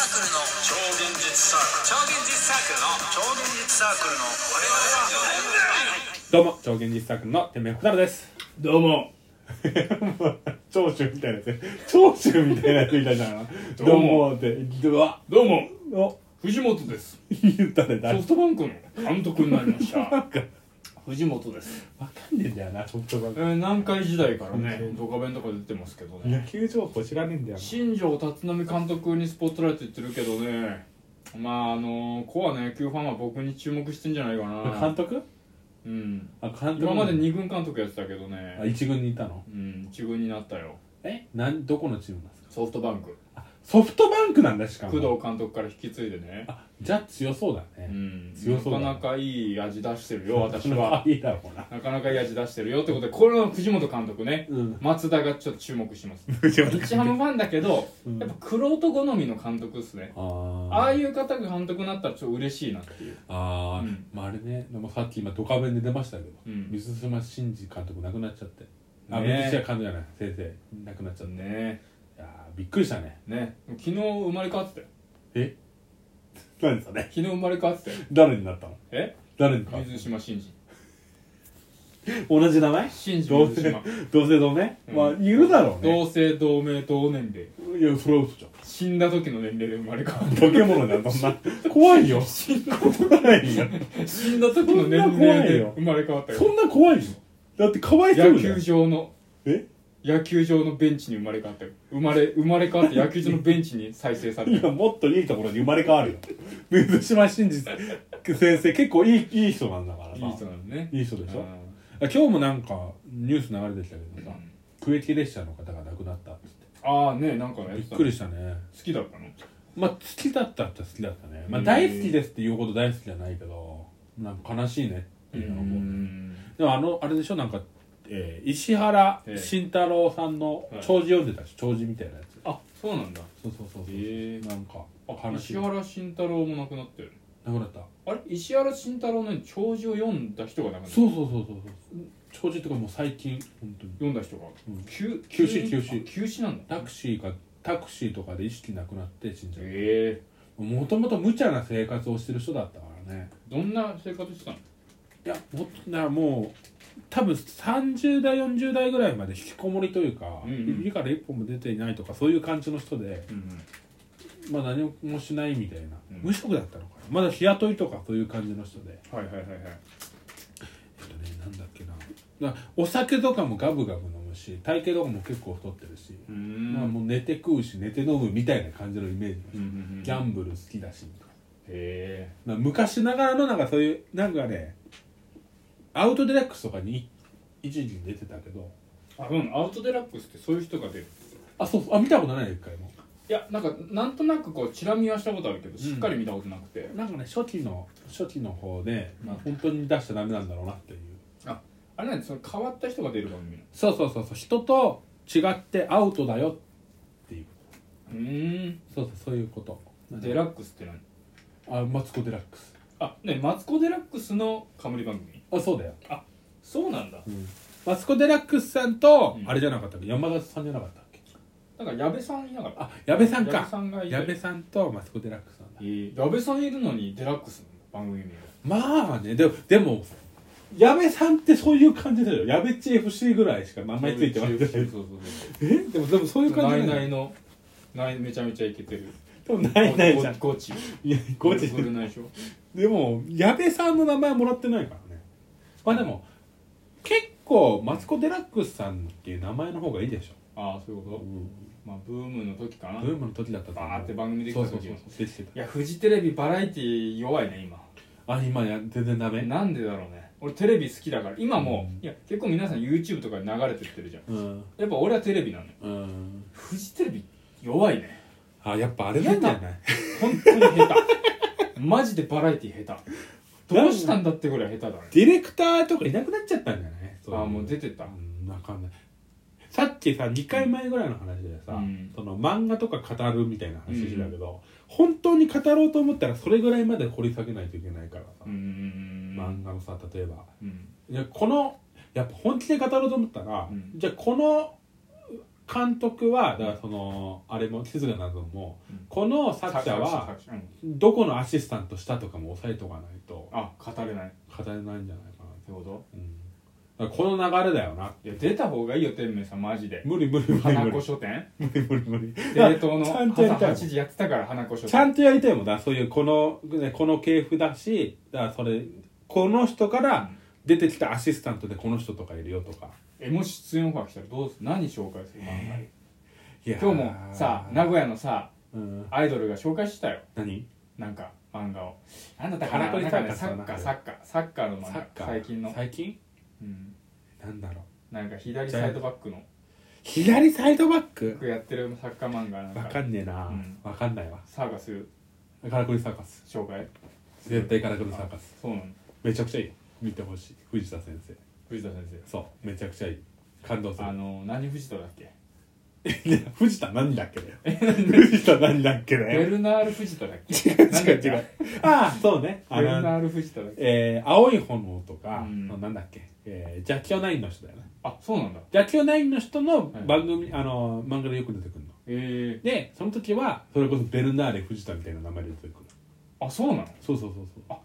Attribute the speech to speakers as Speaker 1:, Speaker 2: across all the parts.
Speaker 1: 超現実サークル超現実サークルの超現実サークルの我々は
Speaker 2: どうも超現実作の天命小太郎です
Speaker 3: どうも
Speaker 2: 長州みたいなやつ長州みたいなやついたじゃ んどうもってうわ
Speaker 3: どうも
Speaker 2: お
Speaker 3: 藤本です
Speaker 2: 言ったね
Speaker 3: ソ
Speaker 2: 誰
Speaker 3: フトバンクの監督になりました 藤本です、
Speaker 2: わかんねえんだよなソフトバン
Speaker 3: え
Speaker 2: ク
Speaker 3: ー、南海時代からねドカベンとか出てますけど
Speaker 2: 野
Speaker 3: ね
Speaker 2: 球情報知らねえんだよ
Speaker 3: 新庄立浪監督にスポットライトいってるけどねまああのー、コアな野球ファンは僕に注目してんじゃないか
Speaker 2: な監
Speaker 3: な
Speaker 2: 督
Speaker 3: うん
Speaker 2: あ監督
Speaker 3: 今まで二軍監督やってたけど
Speaker 2: あ
Speaker 3: ね
Speaker 2: 一軍にいたの
Speaker 3: うん一軍になったよ
Speaker 2: えなんどこのチームなんですか
Speaker 3: ソフトバンク
Speaker 2: ソフトバンクなんだしかも
Speaker 3: 工藤監督から引き継いでね
Speaker 2: あじゃあ強そうだ
Speaker 3: う
Speaker 2: ね
Speaker 3: ん
Speaker 2: 強そうだね
Speaker 3: なかなかいい味出してるよ 私は
Speaker 2: いいだろうな
Speaker 3: なかなかいい味出してるよってことでこれは藤本監督ね
Speaker 2: うん
Speaker 3: 松田がちょっと注目しま す
Speaker 2: 藤本
Speaker 3: 日ハムファンだけど、
Speaker 2: うん
Speaker 3: やっぱくろと好みの監督ですねあ
Speaker 2: あ
Speaker 3: あ
Speaker 2: ー
Speaker 3: いう方が監督になったらちょっと嬉しいなっていう
Speaker 2: あー
Speaker 3: うん
Speaker 2: まああれねでもさっき今ドカベンで出ましたけど
Speaker 3: うん
Speaker 2: 水島新司監督亡くなっちゃってあ
Speaker 3: ねえ
Speaker 2: 水島監督じゃない先生亡くなっちゃってい
Speaker 3: ね
Speaker 2: やーびっくりしたね
Speaker 3: ね昨日生まれ変わってたよ
Speaker 2: え何ですかね
Speaker 3: 昨日生まれ変わってたよ
Speaker 2: 誰になったの
Speaker 3: え
Speaker 2: 誰にか
Speaker 3: 水島新司
Speaker 2: 同じ名前
Speaker 3: 新司
Speaker 2: 同
Speaker 3: 水
Speaker 2: 姓
Speaker 3: 島
Speaker 2: 同姓同名
Speaker 3: うん
Speaker 2: まあいるだろうね
Speaker 3: 同姓同名同年齢
Speaker 2: いやそれは嘘じゃん
Speaker 3: 死んだ時の年齢で生まれ変わっ
Speaker 2: 化け物だよそんな怖いよ
Speaker 3: 死んだ
Speaker 2: 怖いよ
Speaker 3: 死んだ時の年齢で生まれ変わった
Speaker 2: そ
Speaker 3: よ
Speaker 2: んな怖いよだってかわいそう
Speaker 3: 野
Speaker 2: だよ
Speaker 3: 球場の
Speaker 2: え
Speaker 3: 野球場のベンチに生まれ変わったよ生まれ生まれ変わって野球場のベンチに再生され
Speaker 2: いや
Speaker 3: たよ
Speaker 2: もっといいところに生まれ変わるよ水島新司先生結構いいいい人なんだから
Speaker 3: い
Speaker 2: さ
Speaker 3: い人なのね
Speaker 2: いい人でし
Speaker 3: う
Speaker 2: ょ
Speaker 3: ん
Speaker 2: あ今日もなんかニュース流れてきたけどさ、区駅列車の方が亡くなったっつって
Speaker 3: ああねなんかや
Speaker 2: び
Speaker 3: っ
Speaker 2: って
Speaker 3: た
Speaker 2: くりしたね
Speaker 3: 好きだったの
Speaker 2: まあ好きだったっちゃ好きだったねまあ
Speaker 3: うん
Speaker 2: 大好きですって言うほど大好きじゃないけどなんか悲しいねっていうのは思うねでもあのあれでしょなんか、えー石原
Speaker 3: ええ
Speaker 2: 慎太郎さんの
Speaker 3: はい
Speaker 2: 弔辞読んでたし弔辞みたいなやつ
Speaker 3: あそうなんだ
Speaker 2: そうそうそうそう、
Speaker 3: へえ
Speaker 2: なんか
Speaker 3: あ
Speaker 2: 悲しい
Speaker 3: 石
Speaker 2: 亡
Speaker 3: 原慎太郎も亡くなってる
Speaker 2: くなった
Speaker 3: あれ石原慎太郎の弔辞を読んだ人が亡くなった
Speaker 2: そうそうそうそうそう弔辞とかもう最近本当に
Speaker 3: 読んだ人が
Speaker 2: うん
Speaker 3: 急
Speaker 2: 急死急死
Speaker 3: あ急死なんだ
Speaker 2: タクシーかタクシーとかで意識なくなって死んじゃう
Speaker 3: ええ
Speaker 2: もともと無茶な生活をしてる人だったからね
Speaker 3: どんな生活してたの
Speaker 2: いやもっとだからもう多分30代40代ぐらいまで引きこもりというか、
Speaker 3: うんうん
Speaker 2: 家から一歩も出ていないとかそういう感じの人で、
Speaker 3: うん
Speaker 2: まあ、何もしないみたいな、
Speaker 3: うん
Speaker 2: 無職だったのかなまだ日雇いとかそういう感じの人で
Speaker 3: はいはいはいはい
Speaker 2: えっとねなんだっけなだからお酒とかもガブガブ飲むし体型とかも結構太ってるし、
Speaker 3: うー
Speaker 2: まあ、
Speaker 3: ん
Speaker 2: もう寝て食うし寝て飲むみたいな感じのイメージ、
Speaker 3: うんうんうん
Speaker 2: ギャ
Speaker 3: へ
Speaker 2: ンブル好きだしとか
Speaker 3: え
Speaker 2: な昔ながらのなんかそういうなんかねアウトデラックスとかに一時期出てたけど
Speaker 3: あうんアウトデラックスってそういう人が出る
Speaker 2: あそうそうあ見たことないよ一回も
Speaker 3: いやなんかなんとなくこうチラ見はしたことあるけどしっかり見たことなくて、
Speaker 2: なんかね初期の初期の方で、まあ
Speaker 3: うん、
Speaker 2: 本当に出しちゃダメなんだろうなっていう
Speaker 3: あれなんその変わった人が出る番組なの
Speaker 2: そうそうそうそう人と違ってアウトだよっていう
Speaker 3: うーん
Speaker 2: そうそうそういうこと
Speaker 3: デラックスって何
Speaker 2: あマツコ・デラックス
Speaker 3: あねマツコ・デラックスの冠番組
Speaker 2: あそうだよ、
Speaker 3: そうなんだ
Speaker 2: うん、マツコ・デラックスさんと、
Speaker 3: うん
Speaker 2: あれじゃなかったっけ山田さんじゃなかったっけ
Speaker 3: なんか矢部さんいなかった
Speaker 2: あ矢部さん
Speaker 3: 矢部
Speaker 2: か
Speaker 3: さんがい
Speaker 2: 矢部
Speaker 3: る
Speaker 2: さんとマツコ・デラックスさんだ
Speaker 3: えー矢部さんいるのにデラックスの番組名
Speaker 2: まあねでもでも矢部さんってそういう感じだよ矢部っち FC ぐらいしか名前ついてません
Speaker 3: そうそうそう
Speaker 2: えでもでもそうい
Speaker 3: そうう
Speaker 2: 感
Speaker 3: な
Speaker 2: じ
Speaker 3: い
Speaker 2: だ
Speaker 3: な
Speaker 2: よ
Speaker 3: いのないめちゃめちゃいけてる
Speaker 2: でもないないじゃん
Speaker 3: ゴゴチ
Speaker 2: いやゴチ
Speaker 3: ゴルないでしょ
Speaker 2: でも矢部さんの名前もらってないからねまあでも結構マツコ・デラックスさんっていう名前の方がいいでし
Speaker 3: ああそういう
Speaker 2: ょ、
Speaker 3: ことまあブームの時かな
Speaker 2: ブームの時だったと
Speaker 3: バーって番組できた時
Speaker 2: そうそうそうできてた
Speaker 3: いやフジテレビバラエティ弱いね今
Speaker 2: あ今や全然ダメ
Speaker 3: なんでだろうね俺テレビ好きだから今も
Speaker 2: うん
Speaker 3: ういや結構皆さん YouTube とかに流れてってるじゃん
Speaker 2: うん
Speaker 3: やっぱ俺はテレビなのよ
Speaker 2: うん
Speaker 3: フジテレビ弱いね
Speaker 2: あやっぱあれなんじゃない
Speaker 3: 本当に下手マジでバラエティ下手どうしたんだってぐらい下手だね
Speaker 2: ディレクターとかいなくなっちゃったんじゃない
Speaker 3: ああもう出
Speaker 2: て
Speaker 3: てった
Speaker 2: うんわかんないさっきさ2回前ぐらいの話でさ、
Speaker 3: うん
Speaker 2: その漫画とか語るみたいな話してたけど、本当に語ろうと思ったらそれぐらいまで掘り下げないといけないからさ
Speaker 3: う、ん
Speaker 2: 漫画のさ例えば
Speaker 3: うん
Speaker 2: いやこのやっぱ本気で語ろうと思ったら、
Speaker 3: うん
Speaker 2: じゃあこの監督はだからそのあれも「静かなども、
Speaker 3: うん
Speaker 2: この作者は
Speaker 3: 作者うん
Speaker 2: どこのアシスタントしたとかも押さえとかないと
Speaker 3: あ語れないっ
Speaker 2: 語れないんじゃないかな、
Speaker 3: てこと
Speaker 2: うん、だからこの流れだよない
Speaker 3: や出た方がいいよ天明さんマジ で
Speaker 2: 無理無理無理
Speaker 3: 花
Speaker 2: 無
Speaker 3: 子
Speaker 2: 理
Speaker 3: 書店
Speaker 2: 無理無理無理
Speaker 3: 冷 凍の
Speaker 2: ちゃん
Speaker 3: 朝
Speaker 2: とやりたい
Speaker 3: 8
Speaker 2: もん
Speaker 3: 時やってたから花子書
Speaker 2: ちゃ
Speaker 3: 店
Speaker 2: んとやりたいもんだそういうこの,、ね、この系譜だしだからそれこの人から出てきたアシスタントでこの人とかいるよとか
Speaker 3: えもし出演オファー来たらどうす何紹介する漫画に
Speaker 2: いやー
Speaker 3: 今日もさ名古屋のさ
Speaker 2: うん、
Speaker 3: アイドルが紹介してたよ
Speaker 2: 何
Speaker 3: なんか漫画をなんだったかな
Speaker 2: カラクリ
Speaker 3: なんかねサ
Speaker 2: サ
Speaker 3: ッ
Speaker 2: ッ
Speaker 3: カ
Speaker 2: カ
Speaker 3: ー
Speaker 2: ー
Speaker 3: サッカーサッカーの漫
Speaker 2: サッカー
Speaker 3: 画最近の、
Speaker 2: 最近
Speaker 3: うん、
Speaker 2: なんだろう
Speaker 3: なんか左サイドバックの
Speaker 2: 左サイドバック
Speaker 3: よくやってるサッカー漫画なん
Speaker 2: わ
Speaker 3: か
Speaker 2: かんねえな、
Speaker 3: うん
Speaker 2: わかんないわ
Speaker 3: サーガス
Speaker 2: カラクリサーカス
Speaker 3: 紹介
Speaker 2: 絶対カラクリサーカス
Speaker 3: そうなの
Speaker 2: めちゃくちゃいい見てほしい藤田先生
Speaker 3: 藤田先生
Speaker 2: そうめちゃくちゃいい感動する
Speaker 3: あの何藤田だっけ
Speaker 2: いや藤田何だっけだよ藤田何だっけだ
Speaker 3: ベ
Speaker 2: よ
Speaker 3: ルナール藤田だっけ
Speaker 2: 違う違う
Speaker 3: 何だっ
Speaker 2: 違うああそうねあ
Speaker 3: けベル
Speaker 2: の
Speaker 3: ナール藤田だっけ
Speaker 2: えー、青い炎とか、
Speaker 3: うん
Speaker 2: なんだっけ、えー、ジャキオナインの人だよね
Speaker 3: あそうなんだ
Speaker 2: ジャキオナインの人の番組、あの漫画でよく出てくるの
Speaker 3: え
Speaker 2: でその時はそれこそベルナーレ藤田みたいな名前で出てくる
Speaker 3: えあそうなの
Speaker 2: そうそうそうそう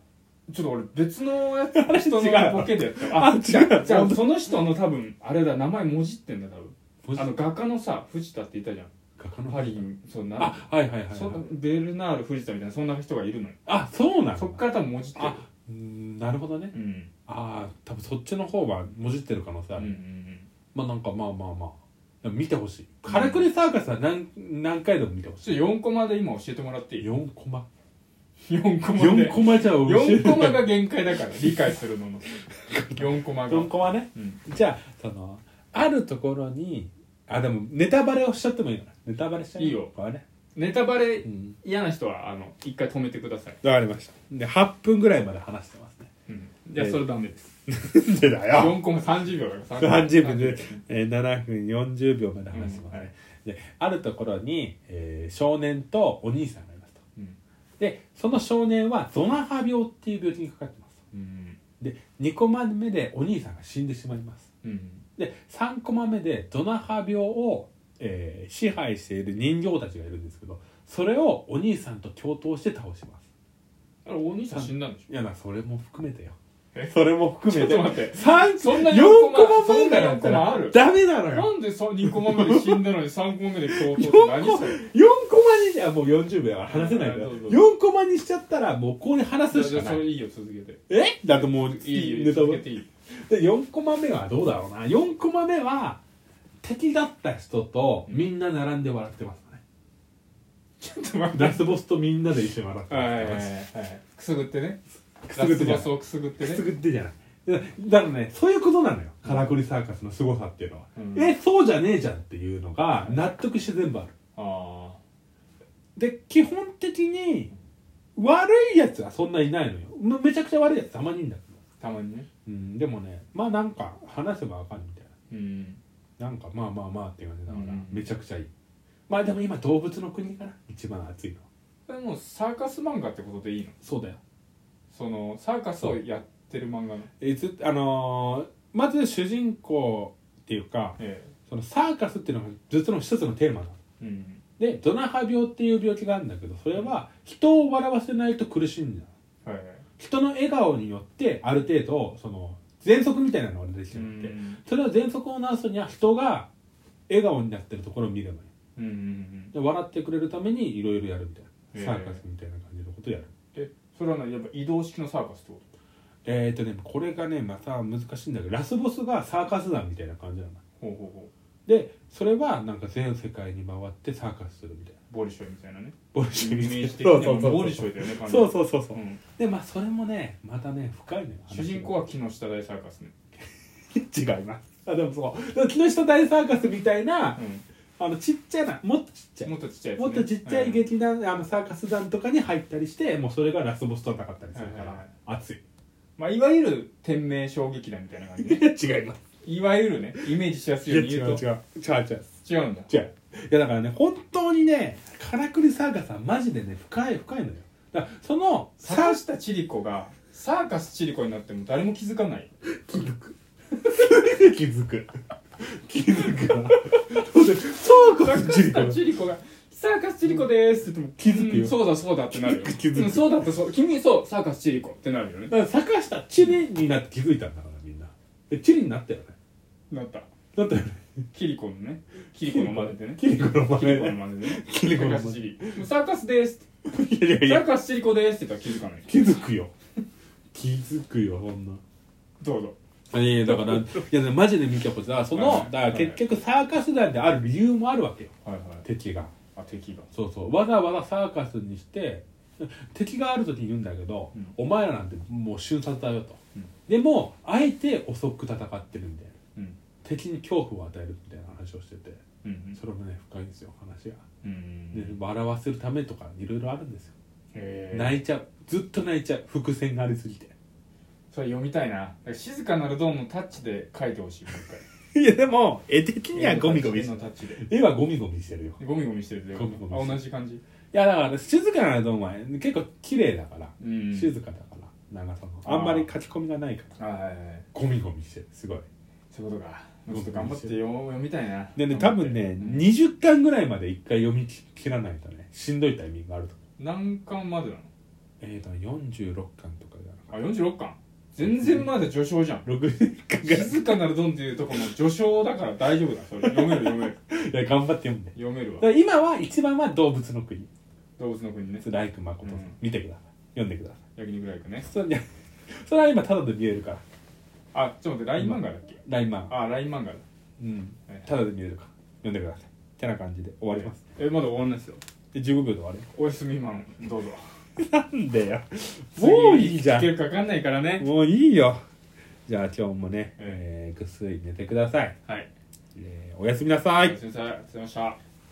Speaker 3: ちょっと俺別のやつ 人
Speaker 2: 違う
Speaker 3: のボケでやったよ
Speaker 2: あ違う
Speaker 3: じゃあじゃあ
Speaker 2: 本当
Speaker 3: その人の多分あれだ名前もじってんだ多分あの
Speaker 2: の
Speaker 3: 画家のさ藤田っていたじゃん
Speaker 2: 画家の
Speaker 3: パリにそうな
Speaker 2: あはいはいはい、はい、
Speaker 3: そベルナール藤田みたいなそんな人がいるのよ
Speaker 2: あそうなの
Speaker 3: そっから多分もじってる
Speaker 2: あうんなるほどね
Speaker 3: うん
Speaker 2: ああ多分そっちの方はもじってる可能性
Speaker 3: う
Speaker 2: あ
Speaker 3: んう
Speaker 2: る、
Speaker 3: んうん
Speaker 2: まあなんかまあまあまあでも見てほしいカラクリサーカスは何何回でも見てほし
Speaker 3: ちょっ
Speaker 2: い
Speaker 3: と4コマで今教えてもらっていい
Speaker 2: 4コマ
Speaker 3: 4コマで
Speaker 2: 4コマじゃあ教え
Speaker 3: 4
Speaker 2: て
Speaker 3: コマが限界だから理解するのの4コマが
Speaker 2: 4コマね
Speaker 3: うん
Speaker 2: じゃあそのあるところにあでもネタバレをしちゃってもいいのかなネタバレしちゃうい
Speaker 3: いいよ
Speaker 2: これね
Speaker 3: ネタバレ
Speaker 2: うん
Speaker 3: 嫌な人はあの一回止めてください、
Speaker 2: わかりましたで8分ぐらいまで話してますね
Speaker 3: うん、いやそれダメです
Speaker 2: なんでだよ
Speaker 3: 4コマ30秒だから
Speaker 2: 30分で、えー7分40秒まで話してますね、
Speaker 3: うんはい
Speaker 2: であるところに、えー少年とお兄さんがいますと
Speaker 3: うん
Speaker 2: でその少年はゾナハ病っていう病気にかかってます
Speaker 3: うん
Speaker 2: で2コマ目でお兄さんが死んでしまいます
Speaker 3: うん
Speaker 2: で3コマ目でゾナハ病を、えー支配している人形たちがいるんですけどそれをお兄さんと共闘して倒します
Speaker 3: あれお兄さん死んだんでし
Speaker 2: いやなそれも含めてよ
Speaker 3: え
Speaker 2: それも含
Speaker 3: ょちょ
Speaker 2: め
Speaker 3: ってと待って
Speaker 2: 三
Speaker 3: そんな
Speaker 2: 4
Speaker 3: 4
Speaker 2: コ
Speaker 3: コ
Speaker 2: マ
Speaker 3: マ
Speaker 2: 前からやっ
Speaker 3: そんな4コ
Speaker 2: た
Speaker 3: マあ
Speaker 2: ら
Speaker 3: る
Speaker 2: ダメなのよ
Speaker 3: なんでさ2コマ目で死んだのに3コマ目で共闘って何
Speaker 2: 4
Speaker 3: それ
Speaker 2: コマにじゃあもう40秒は話せないけど
Speaker 3: うん
Speaker 2: 4コマにしちゃったらもうここに話す
Speaker 3: じ
Speaker 2: し
Speaker 3: ゃあ
Speaker 2: か
Speaker 3: そ
Speaker 2: な
Speaker 3: れ
Speaker 2: い
Speaker 3: いいよ続けて
Speaker 2: えだってもう
Speaker 3: いいよいい
Speaker 2: ネ
Speaker 3: よ
Speaker 2: タバ
Speaker 3: 続け
Speaker 2: レ
Speaker 3: ていいよ
Speaker 2: で4コマ目はどうだろうな4コマ目は敵だった人とみんな並んで笑ってますね、
Speaker 3: ちょっと待って
Speaker 2: ラスボスとみんなで一緒に笑って
Speaker 3: はいはいはい
Speaker 2: ます、
Speaker 3: はいくすぐってね
Speaker 2: くす
Speaker 3: ラ
Speaker 2: ぐっ
Speaker 3: ス
Speaker 2: てじゃ
Speaker 3: ボ
Speaker 2: な
Speaker 3: ス
Speaker 2: い
Speaker 3: をくすぐって
Speaker 2: く
Speaker 3: ね
Speaker 2: すぐってじゃないだだからねそういうことなのよカラクリサーカスの凄さっていうのは、
Speaker 3: うん
Speaker 2: えそうじゃねえじゃんっていうのが納得して全部ある
Speaker 3: あ
Speaker 2: で基本的に悪いやつはそんないないのよめめちゃくちゃ悪いやつたまにいんだけど、
Speaker 3: あたまにね
Speaker 2: うん、でもねまあなんか話せばわかるみたいな
Speaker 3: うん
Speaker 2: なんかまあまあまあっていう感じだから、
Speaker 3: うん
Speaker 2: めちゃくちゃいいまあでも今動物の国かな一番熱いのは
Speaker 3: これもうサーカス漫画ってことでいいの
Speaker 2: そうだよ
Speaker 3: そのサーカスをやってる漫画の
Speaker 2: えずあのーまず主人公っていうか
Speaker 3: え
Speaker 2: そのサーカスっていうのがずっとの一つのテーマなの
Speaker 3: えうん
Speaker 2: でゾナハ病っていう病気があるんだけどそれは人を笑わせないと苦しんじゃう
Speaker 3: はいはい
Speaker 2: 人の笑顔によってある程度その喘息みたいなのが出てきちゃって
Speaker 3: うん
Speaker 2: それは喘息を治すには人が笑顔になってるところを見ればいい
Speaker 3: うんうん
Speaker 2: で笑ってくれるためにいろいろやるみた
Speaker 3: へえ
Speaker 2: いなサーカスみたいな感じのことやる
Speaker 3: えそれはねやっぱ移動式のサーカスってこ
Speaker 2: えっ、ー、とねこれがねまた難しいんだけどラスボスがサーカス団みたいな感じなの
Speaker 3: とほうほうほ
Speaker 2: でそれはなんか全世界に回ってサーカスするみたいな
Speaker 3: うボリショイみたいなね
Speaker 2: ボルシ
Speaker 3: イ
Speaker 2: ェ
Speaker 3: メ
Speaker 2: みたい
Speaker 3: ー
Speaker 2: な
Speaker 3: ジ的には
Speaker 2: そうそうそう
Speaker 3: ボリショイだよね完全
Speaker 2: そ
Speaker 3: に
Speaker 2: うそうそうそう
Speaker 3: うん
Speaker 2: でまあそれもねまたね深いのよ
Speaker 3: 主人公
Speaker 2: は
Speaker 3: は木下大サーカスね
Speaker 2: 違いますあでもそうでも木下大サーカスみたいなあのちっちゃなもっとちっちゃい
Speaker 3: もっとちっちゃいやつね
Speaker 2: もっとちっちゃい劇団、あのサーカス団とかに入ったりしてもうそれがラスボスと戦ったりするか
Speaker 3: はいはい
Speaker 2: ら熱い
Speaker 3: まあいわゆる天命衝撃団みたいな感じね
Speaker 2: 違います
Speaker 3: いわゆるねイメージしやすいように言うと
Speaker 2: 違う違う違う
Speaker 3: 違うんだ
Speaker 2: 違ういやだからね本当にねカラクリサーカスはマジでね深い深いのよだからその
Speaker 3: 坂下千里子が サーカス千里子になっても誰も気づかない
Speaker 2: 気づく気づくキズがそうでそうこそジュリコ
Speaker 3: サーカスチリコが「サーカスチリコです」って言っても
Speaker 2: 気づくよ
Speaker 3: うんそうだそうだってなるよ
Speaker 2: 気づく気づく
Speaker 3: うんそうだってそう君そうサーカスチリコってなるよね
Speaker 2: だから坂下チリになって気づいたんだからみんなでチリになったよね
Speaker 3: なった
Speaker 2: だったよね
Speaker 3: キリコのねキリコの真似でね
Speaker 2: キリコの
Speaker 3: キ
Speaker 2: 真似
Speaker 3: リコ
Speaker 2: ね
Speaker 3: の真似でね
Speaker 2: キリコの真似
Speaker 3: サーカスチリコサーカスですって
Speaker 2: いやいやい
Speaker 3: サ
Speaker 2: や
Speaker 3: ーカスチリコですって言ったら気づかない
Speaker 2: 気づくよ気づくよそんな
Speaker 3: どうぞ
Speaker 2: いやだからいやマジでみきゃこさそ
Speaker 3: は
Speaker 2: の
Speaker 3: い
Speaker 2: だから結局サーカス団である理由もあるわけよ
Speaker 3: はいはい
Speaker 2: 敵が
Speaker 3: あ敵が
Speaker 2: そうそうわざわざサーカスにして敵がある時に言うんだけど、
Speaker 3: うん
Speaker 2: お前らなんてもう瞬殺だよと、
Speaker 3: うん
Speaker 2: でもあえて遅く戦ってるみたいな
Speaker 3: うん
Speaker 2: 敵に恐怖を与えるみたいな話をしてて
Speaker 3: うん
Speaker 2: それもね深いんですよ話が、
Speaker 3: うん
Speaker 2: で笑わせるためとかいろいろあるんですよ、
Speaker 3: えー
Speaker 2: 泣いちゃうずっと泣いちゃう伏線がありすぎて
Speaker 3: それ読みたいなだから静かなるドームのタッチで書いてほ しいもう一
Speaker 2: いやでも絵的
Speaker 3: 回絵のタッチで
Speaker 2: 絵はゴミゴミしてるよ
Speaker 3: ゴミゴミしてるで
Speaker 2: ゴミゴミしてる
Speaker 3: あ同じ感じ
Speaker 2: いやだから静かなドームは結構綺麗だから、
Speaker 3: うん
Speaker 2: 静かだから長さもあんまり書き込みがないから
Speaker 3: あはいはいはい
Speaker 2: ゴミゴミしてるすごい
Speaker 3: そういうことかもうちょっと頑張って読読みたいな
Speaker 2: でね多分ね、
Speaker 3: うん
Speaker 2: 20巻ぐらいまで一回読み切らないとねしんどいタイミングがあると
Speaker 3: 何巻までなの
Speaker 2: えーと46巻とかじゃな
Speaker 3: あ46巻全然まだ序章じゃん
Speaker 2: 60巻ぐらい
Speaker 3: 静かなるドンっていうとこの序章だから大丈夫だそれ読める読める
Speaker 2: いや頑張って読んで
Speaker 3: 読める
Speaker 2: だ
Speaker 3: わ
Speaker 2: から今は一番は動物の国
Speaker 3: 動物の国ね
Speaker 2: ライク誠さん、
Speaker 3: うん
Speaker 2: 見てください読んでくださ
Speaker 3: 焼肉ライクね
Speaker 2: いそれいやそれは今ただで見れるから
Speaker 3: あちょっと待ってライン漫画だっけ
Speaker 2: ラインマン
Speaker 3: あライン漫画だ
Speaker 2: うん
Speaker 3: はいはい
Speaker 2: ただで見れるから読んでくださいてな感じで終わります
Speaker 3: えまだ終わんないですよ
Speaker 2: で15秒で終わり
Speaker 3: おやすみマンどうぞ
Speaker 2: なんだよもういいじゃ
Speaker 3: 次聞
Speaker 2: ん
Speaker 3: けるか分かんないからね
Speaker 2: もういいよじゃあ今日もね、
Speaker 3: え
Speaker 2: えーぐっすり寝てください、
Speaker 3: はい
Speaker 2: えーおやすみなさ
Speaker 3: お
Speaker 2: い
Speaker 3: やすみなさいありがとうございました